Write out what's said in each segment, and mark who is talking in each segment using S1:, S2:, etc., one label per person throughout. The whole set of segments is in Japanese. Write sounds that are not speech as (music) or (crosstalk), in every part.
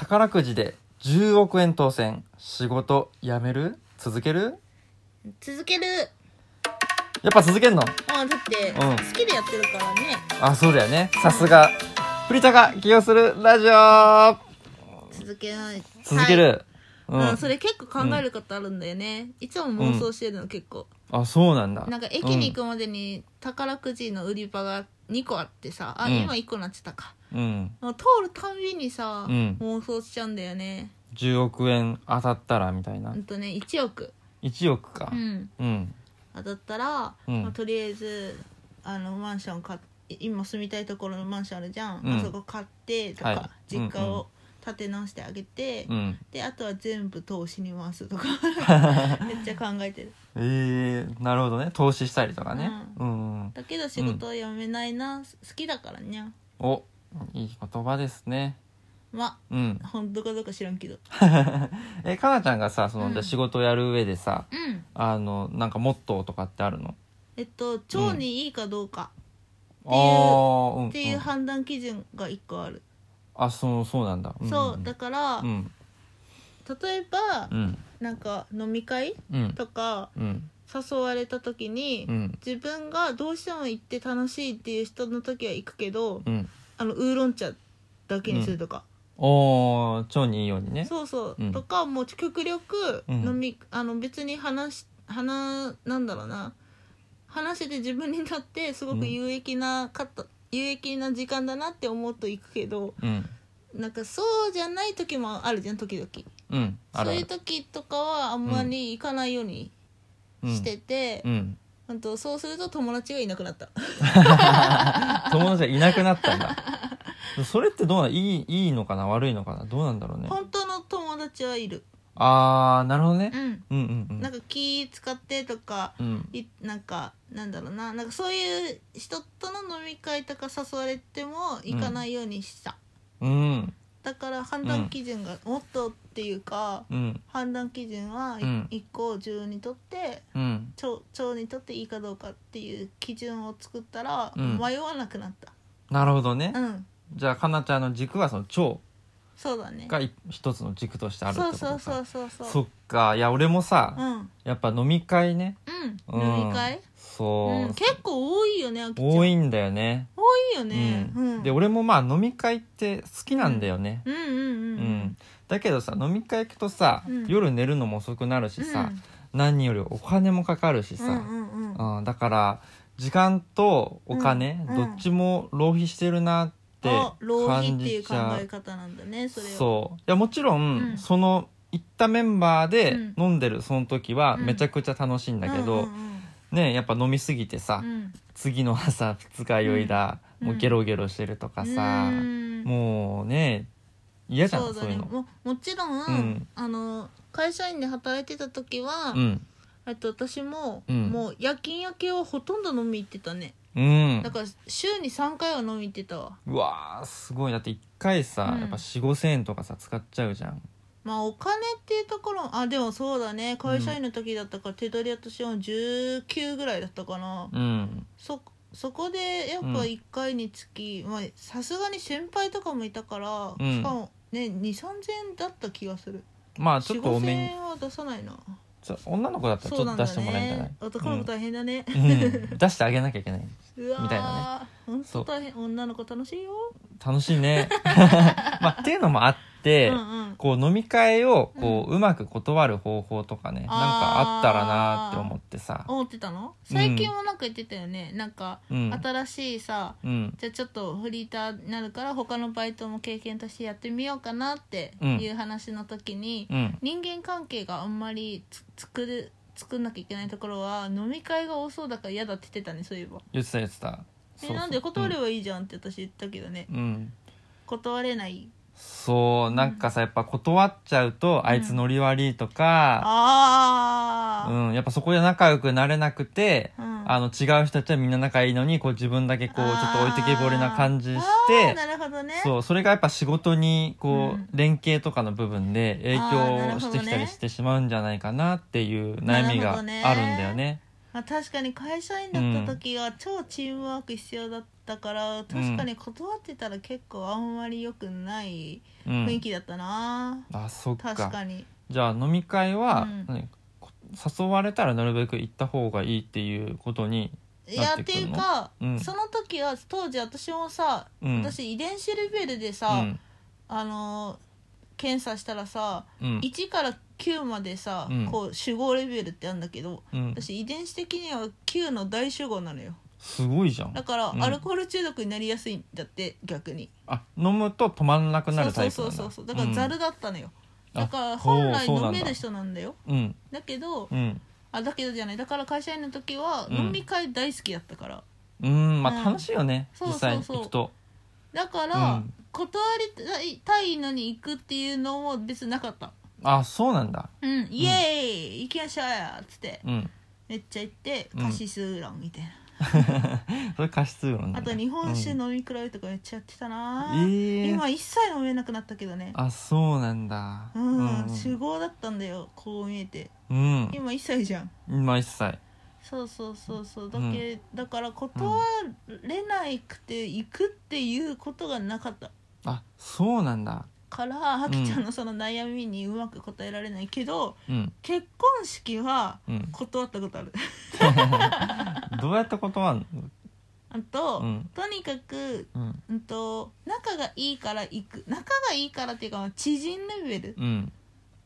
S1: 宝くじで10億円当選仕事辞める続ける
S2: 続ける
S1: やっぱ続けんの
S2: あだって、
S1: うん
S2: 好きでやってるからね
S1: あそうだよねさすがプリタが起用するラジオ
S2: 続けない
S1: 続ける、
S2: はいうん
S1: うん
S2: それ結構考えることあるんだよね、いつも妄想してるの結構、
S1: あそうなんだ
S2: なんか駅に行くまでに宝くじの売り場が2個あってさあ、
S1: うん
S2: 今1個になってたか
S1: うん、うん、
S2: もう通るたんびにさ、
S1: うん
S2: 妄想しちゃうんだよね
S1: 10億円当たったらみたいな
S2: ほんとね1億、
S1: 1億か
S2: うん、
S1: うん
S2: 当たったら、
S1: うん
S2: まあ、とりあえずあのマンション買っ今住みたいところのマンションあるじゃん、
S1: うん
S2: あそこ買ってとか、
S1: はい
S2: 実家
S1: うんうん
S2: を建て直してあげて、
S1: うん
S2: であとは全部投資に回すと
S1: (laughs)
S2: かめっちゃ考えてる
S1: えー、なるほどね投資したりとかねうん、うん、
S2: だけど仕事は辞めないな、好きだからにゃ
S1: おいい言葉ですね
S2: ま
S1: うん
S2: あほんどこどこ知らんけど
S1: えかなちゃんがさその、
S2: うん
S1: じゃあ仕事をやる上でさ
S2: うん
S1: あのなんかモットーとかってあるの
S2: えっと腸にいいかどうか
S1: あーうん
S2: っていうん判断基準が1個ある、
S1: あそうそうなんだ
S2: そうだから、
S1: うん
S2: 例えば、
S1: うん
S2: なんか飲み会
S1: うん
S2: とか
S1: うん
S2: 誘われた時に、
S1: うん
S2: 自分がどうしても行って楽しいっていう人の時は行くけど
S1: うん
S2: あのウーロン茶だけにするとか、
S1: おー腸にいいようにね
S2: そうそう、
S1: うん
S2: とかもう極力
S1: うん
S2: 飲み、あの別に話し話なんだろうな話して自分にとってすご
S1: う
S2: く
S1: ん
S2: 有益なかった、有益な時間だなって思うと行くけど
S1: うん
S2: なんかそうじゃない時もあるじゃん時々
S1: うんある
S2: そ
S1: あ
S2: ういう
S1: る
S2: 時とかはあんまり行かないようにしてて、
S1: うんうん
S2: ほんとそうすると友達がいなくなった
S1: 友達がいなくなったんだ (laughs) それってどうなんいいいいのかな悪いのかなどうなんだろうね
S2: 本当の友達はいる
S1: あーなるほどね
S2: うん
S1: うんうんうん
S2: なんか気使ってとか
S1: うん
S2: いなんかなんだろうななんかそういう人との飲み会とか誘われても行かないようにした、
S1: うん
S2: だから判断基準が、もっとっていうか
S1: うん
S2: 判断基準は
S1: うん
S2: 1個を10にとって
S1: うん
S2: 腸腸にとっていいかどうかっていう基準を作ったら
S1: うん
S2: 迷わなくなった
S1: なるほどね
S2: うん、
S1: じゃあかなちゃんの軸はその腸
S2: そうだね
S1: が一一つの軸としてあるって
S2: そ
S1: こと
S2: うそう
S1: か
S2: そうそうそう
S1: そっかいや俺もさ、
S2: うんうん、
S1: やっぱ飲み会ねうん
S2: 飲み会、
S1: そう、
S2: うん、結構多いよねあきちゃん
S1: 多いんだよね
S2: 多いよね、
S1: う
S2: うん
S1: んで俺もまあ飲み会って好きなんだよね、
S2: うんうんう
S1: うん
S2: ん
S1: だけどさ飲み会行くとさ、
S2: うん
S1: 夜寝るのも遅くなるしさ、何よりお金もかかるし
S2: うんうん
S1: さ、
S2: うんうん
S1: うんだから時間とお金、
S2: うん
S1: どっちも浪費してるなって
S2: あ浪費っ
S1: 感
S2: てい
S1: じ
S2: う
S1: ち
S2: 考
S1: ゃ
S2: え
S1: う
S2: 方なんだねそれは
S1: そういやもちろん、
S2: うん
S1: その行ったメンバーで
S2: うん
S1: 飲んでるその時は
S2: うん
S1: めちゃくちゃ楽しいんだけど、
S2: うん
S1: ねやっぱ飲みすぎてさ、
S2: うんうん
S1: 次の朝二日酔いだ、
S2: うん
S1: もうゲロゲロしてるとかさ、
S2: うん
S1: もうね嫌じゃんそ,、
S2: そううだ
S1: い
S2: ね
S1: うの
S2: ももちろん、
S1: うん
S2: あの会社員で働いてた時は、
S1: うん
S2: えっと私も、
S1: うん
S2: もう夜勤明けはほとんど飲み行ってたね
S1: うん
S2: だから週に3回は飲み行ってたわ
S1: うわーすごいだって一回さ、
S2: うん
S1: やっぱ4 5千円とかさ使っちゃうじゃん
S2: まあお金っていうところあでもそうだね会社員の時だったから、手取り私は19ぐらいだったかな、
S1: うん
S2: そそこでやっぱ
S1: うん
S2: 1回につきまあさすがに先輩とかもいたから、
S1: うん
S2: しかもね2 3 0 0円だった気がする
S1: まあちょ
S2: 4
S1: っと多
S2: 5千
S1: めに
S2: 円は出さないな
S1: ちょ女の子だったらち
S2: そ
S1: ょ
S2: う
S1: っ
S2: な
S1: と出
S2: んだ
S1: してもらえるんじゃない
S2: ね男の子大変だね、 (laughs)
S1: うん出してあげなきゃいけない
S2: うわー
S1: みたいな
S2: 本
S1: そ
S2: 当
S1: う
S2: 大変女の子楽しいよ、
S1: 楽しい
S2: (laughs)
S1: ね、まあ、っていうのもあって、
S2: うんうん
S1: こう飲み会をこううまく断る方法とかね、なんかあったらなーって思ってさ
S2: 思ってたの最近もなんか言ってたよね、なんか
S1: うん
S2: 新しいさ
S1: うん
S2: じゃあちょっとフリーターになるから他のバイトも経験としてやってみようかなっていう話の時に、
S1: うん
S2: 人間関係があんまりつ作る作んなきゃいけないところは飲み会が多そうだから嫌だって言ってたねそういえば
S1: 言ってた言ってた
S2: え
S1: そう
S2: なんで断ればいいじゃんって私言ったけどね、
S1: うん、うん
S2: 断れない
S1: そうなんかさやっぱ断っちゃうと、あいつノリ悪いとか、う
S2: あ
S1: ん、やっぱそこで仲良くなれなくて、
S2: あ、うん
S1: あの違う人たちはみんな仲いいのにこう自分だけこうちょ
S2: あー
S1: っと置いてけぼりな感じし
S2: あー
S1: て
S2: なるほどね
S1: そうそれがやっぱ仕事にこう、
S2: うん
S1: 連携とかの部分で影響をしてきたりしてしまうんじゃないかなっていう悩みがあるんだよね。
S2: まあ、確かに会社員だった時は超チームワーク必要だっったから確かに断ってたら結構あんまり良くない雰囲気だったな、
S1: うん、あそっか
S2: 確かに
S1: じゃあ飲み会は、
S2: うん
S1: 何こ誘われたらなるべく行った方がいいっていうことに
S2: いや
S1: な
S2: っ
S1: ってて
S2: い
S1: く
S2: う
S1: の
S2: か、
S1: うん
S2: その時は当時私もさ、
S1: うん
S2: 私遺伝子レベルで
S1: う
S2: さ、
S1: ん
S2: あのー検査したらさ、
S1: うん
S2: 1から9までさ、
S1: うん
S2: こう主語レベルってあるんだけど
S1: うん、
S2: 私遺伝子的には9の大主語なのよ
S1: すごいじゃん
S2: だから
S1: うん
S2: アルコール中毒になりやすいんだって逆に、
S1: あ飲むと止まんなくな
S2: そう
S1: るタ
S2: そう
S1: イプ
S2: そ
S1: なん
S2: う
S1: だ
S2: そうそうだからざる
S1: だ
S2: だったのよ、
S1: うん
S2: だから
S1: あ
S2: 本来
S1: ほうそうな
S2: 飲め
S1: ん
S2: る
S1: だ
S2: 人なんだよ
S1: うん
S2: だけど
S1: うん
S2: あだけどじゃないだから会社員の時は
S1: うん
S2: 飲み会大好きだったから、
S1: うんま
S2: うん
S1: あ楽しいよね、
S2: そうそう
S1: 実
S2: そ
S1: 際
S2: う
S1: に行くと
S2: だから、
S1: うん
S2: 断りたいたいのに行くっていうのも別になかった
S1: あそうなんだ
S2: うんイエーイ、行きましょうやっつって
S1: うん (laughs)
S2: めっちゃ行って
S1: うん
S2: カシスウーロンみたいな、
S1: それ過失論
S2: あと日本酒飲み比べとかめっちゃやってたな、
S1: うんええ
S2: 今一切飲めなくなったけどね
S1: あそうなんだ
S2: うん、主語だったんだよこう見えて
S1: うん
S2: 今1歳じゃん
S1: 今一切
S2: そうそうそうそうだ
S1: うん
S2: け、だから断れないくて行くっていうことがなかった
S1: あそうなんだ
S2: からあきちゃんのその悩みにうまく答えられないけど、
S1: うん
S2: 結婚式は
S1: うん
S2: 断ったことある
S1: (laughs) どうやって断る
S2: あ
S1: の
S2: と、
S1: うん
S2: とにかく
S1: うん
S2: うんと仲がいいから行く仲がいいからっていうかまあ知人レベル
S1: うん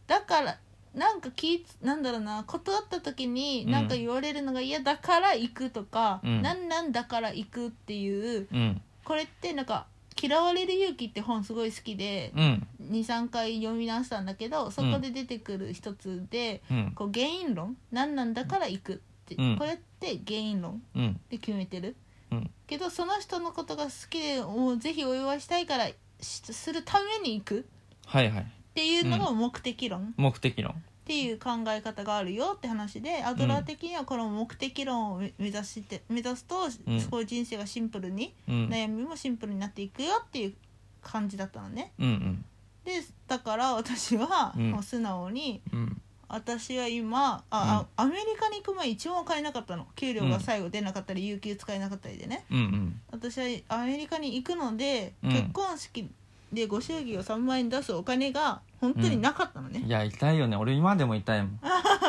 S2: だからなんか聞いなんだろうな断った時に
S1: うん
S2: なんか言われるのが嫌だから行くとか、
S1: うん
S2: なんなんだから行くっていう
S1: うん
S2: これってなんか「嫌われる勇気」って本すごい好きで
S1: うん
S2: 23回読み直したんだけどそこで出てくる一つで、
S1: うん
S2: こう原因論なんなんだから行くって、
S1: うん
S2: これって原因論
S1: うん
S2: で決めてる
S1: うん
S2: けどその人のことが好きでもうぜひお祝いしたいからしするために行く
S1: はいはい
S2: っていうのが目的論。
S1: 目的論
S2: っていう考え方があるよって話でアドラー的にはこの目的論をめ目指して目指すと、
S1: うん
S2: すごい人生がシンプルに、
S1: うん
S2: 悩みもシンプルになっていくよっていう感じだったのね
S1: うん
S2: でだから私は
S1: うん
S2: もう素直に、
S1: うんうん
S2: 私は今あ、あアメリカに行く前一文も買えなかったの給料が最後出なかったり、有給使えなかったりでね
S1: うん
S2: 私はアメリカに行くので、
S1: うん
S2: 結婚式でご祝儀を3万円出すお金が本当になかったのね、
S1: うんいや痛いよね俺今でも痛
S2: (laughs)
S1: いもん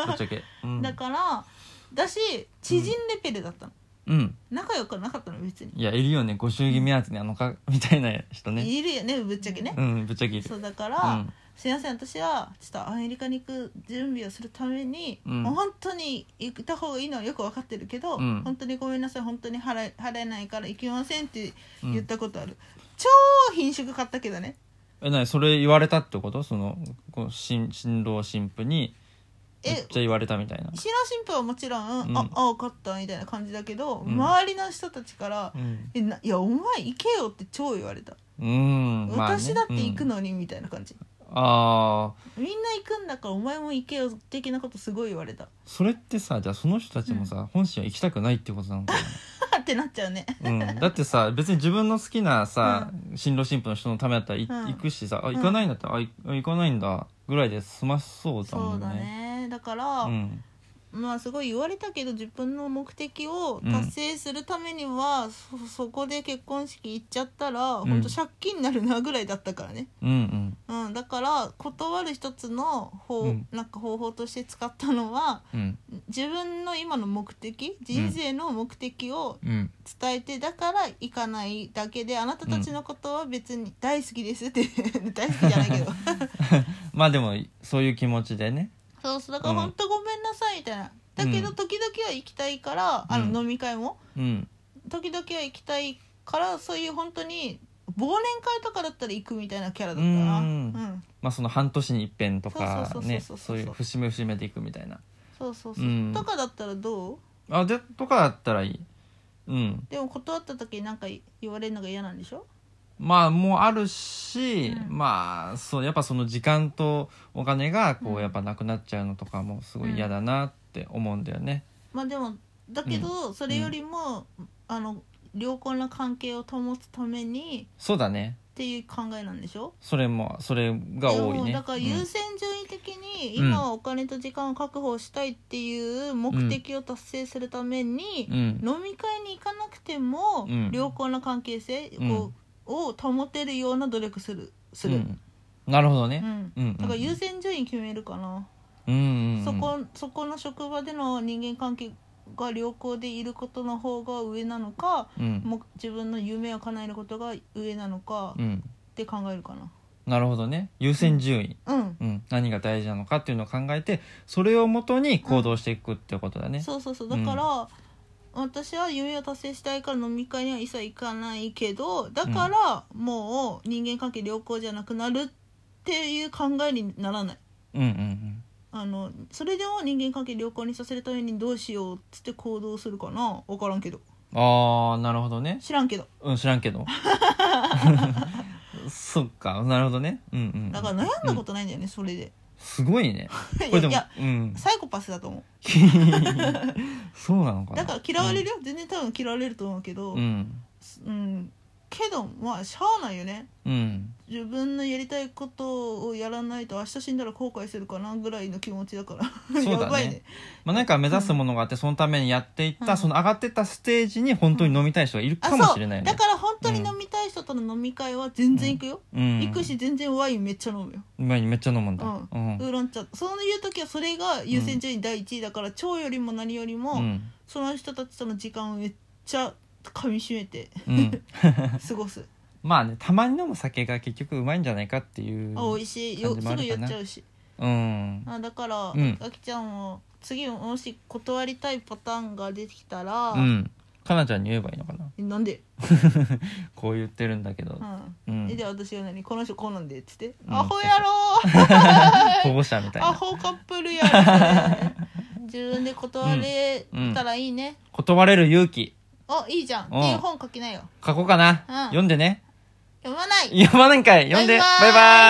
S1: ぶっちゃけうん
S2: だからだし知人レベルだったの、
S1: うん
S2: 仲良くなかったの別に、
S1: いやいるよねご祝儀目当てにあのかみたいな人ね
S2: いるよねぶっちゃけね、
S1: うんぶっちゃけいる
S2: そうだから、すいません私はちょっとアメリカに行く準備をするために、
S1: うん
S2: もう本当に行った方がいいのはよく分かってるけど、
S1: うん
S2: 本当にごめんなさい本当に払え払えないから行きませんって
S1: うん
S2: 言ったことある、超貧縮買ったけどね
S1: えなにそれ言われたってことそのこの新新郎新婦に
S2: え
S1: めっちゃ言われたみたいな
S2: 新郎新婦はもちろん、
S1: うん
S2: ああ分かったみたいな感じだけど、
S1: うん
S2: 周りの人たちから
S1: うん
S2: 「えないやお前行けよ」って超言われた
S1: うんまあね
S2: 私だって行く
S1: うん
S2: のにみたいな感じ、
S1: ああ
S2: みんな行くんだからお前も行けよ的なことすごい言われた (laughs)
S1: それってさじゃあその人たちもさ、本心は行きたくないってことなのか
S2: ってなっちゃうね
S1: な、うん、だってさ別に自分の好きなさ、新郎新婦の人のためだったらい、
S2: う
S1: 行
S2: ん
S1: くしさあ行かないんだったら、あいあ行かないんだぐらいで済ましそうだ
S2: そ
S1: も
S2: うん
S1: ね
S2: だねだから、
S1: うん
S2: まあすごい言われたけど自分の目的を達成するためには、そそこで結婚式行っちゃったら、
S1: ん
S2: ほんと借金になるなぐらいだったからね、
S1: うんうん
S2: うん、だから断る一つの方、
S1: うん
S2: なんか方法として使ったのは
S1: うん
S2: 自分の今の目的人生の目的を
S1: うん
S2: 伝えてだから行かないだけであなたたちのことは別に大好きですって (laughs) 大好きじゃない
S1: (laughs)
S2: けど
S1: まあでもそういう気持ちでね
S2: そうそうだから本当ごめんなさいみたいなだけど
S1: うん
S2: 時々は行きたいから、あ
S1: うん
S2: の飲み会も
S1: うん
S2: 時々は行きたいからそういう本当に忘年会とかだったら行くみたいなキャラだったな
S1: うん
S2: うん
S1: まあその半年に一遍とか
S2: そうそうそうそう
S1: ね
S2: そう
S1: そういう節目節目でいくみたいな
S2: そうそうそう、
S1: うん
S2: とかだったらどう
S1: あでとかだったらいいうん
S2: でも断った時になんか言われるのが嫌なんでしょ
S1: まあもうあるし、
S2: うん
S1: まあそうやっぱその時間とお金がこ
S2: うん
S1: うやっぱなくなっちゃうのとかもすごい嫌だなって思うんだよね、
S2: まあでもだけどそれよりも、あの良好な関係を保つために
S1: そうだね
S2: っていう考えなんでしょ
S1: それもそれが多い
S2: でも
S1: ね
S2: だから
S1: うん
S2: 優先順位的に今はお金と時間を確保したいっていう目的を達成するために、
S1: うん
S2: 飲み会に行かなくても、
S1: うん
S2: 良好な関係性
S1: うん
S2: を,、を保てるような努力するする、
S1: うんなるほど
S2: う
S1: ね、
S2: ん
S1: うんうんうん
S2: だから優先順位決めるかな、
S1: うんうんうん、
S2: そこそこの職場での人間関係が良好でいることの方が上なのか、
S1: うん、
S2: も自分の夢を叶えることが上なのか
S1: う
S2: っ
S1: ん、
S2: て考えるかな。
S1: なるほどね優先順位、
S2: うん
S1: うん何が大事なのかっていうのを考えてそれをもとに行動していくってことだね、
S2: そうそうそうだから、私は夢を達成したいから飲み会には一切行かないけどだからもう人間関係良好じゃなくなるっていう考えにならない
S1: うんうんうん
S2: あのそれでも人間関係良好にさせるためにどうしようっつって行動するかな分からんけど
S1: ああなるほどね
S2: 知らんけど
S1: うん知らんけど (laughs) そっかなるほどねうんうん
S2: だから悩んだことないんだよね、それで
S1: すごいねこれ
S2: (laughs)
S1: で
S2: いやい
S1: も
S2: や
S1: うん
S2: サイコパスだと思
S1: そうなのか
S2: う
S1: な
S2: だから嫌われるよ、全然多分嫌われると思うけど
S1: うんうん、
S2: うん、けどまあしゃあないよね
S1: うん
S2: 自分のやりたいことをやらないと明日死んだら後悔するかなぐらいの気持ちだから
S1: そうだね
S2: やばいね
S1: まあ、なんか目指すものがあってそのためにやっていった、
S2: うん
S1: その上がってったステージに本当に飲みたい人がいるかもしれないよね
S2: だから本当に飲みたい人との飲み会は全然行くよ、
S1: うん、
S2: 行くし全然ワインめっちゃ飲むよ、
S1: 前にめっちゃ飲むんだ
S2: う
S1: うん
S2: ん、ウーロン茶そういう時はそれが優先順位第一位だから腸よりも何よりも、
S1: うん
S2: その人たちとの時間をめっちゃ噛みしめて
S1: うん
S2: 過ごす、
S1: まあねたまに飲む酒が結局うまいんじゃないかって (laughs) いう
S2: あ美味しいよ
S1: 感
S2: す
S1: じもある
S2: ぐ
S1: かな
S2: 酔っちゃうし
S1: うん
S2: あだから、
S1: うん
S2: あきちゃんも次もし断りたいパターンが出てきたら、
S1: うんかなちゃんに言えばいいのかな
S2: えなんで
S1: こう言ってるんだけど、
S2: う、
S1: うん
S2: え
S1: ん
S2: で、私が何この人こうなんでっつって「
S1: うん
S2: アホやろー
S1: 保護者みたい
S2: ア
S1: な
S2: ホカップルやろー」自分で断れたらいいね、
S1: 断れる勇気
S2: おいいじゃんっ
S1: うん
S2: ていう本書きなよ
S1: 書こうかな、
S2: うん
S1: 読んでね
S2: 読まない
S1: 読まないんかい読んで
S2: バイバイ
S1: バイバイ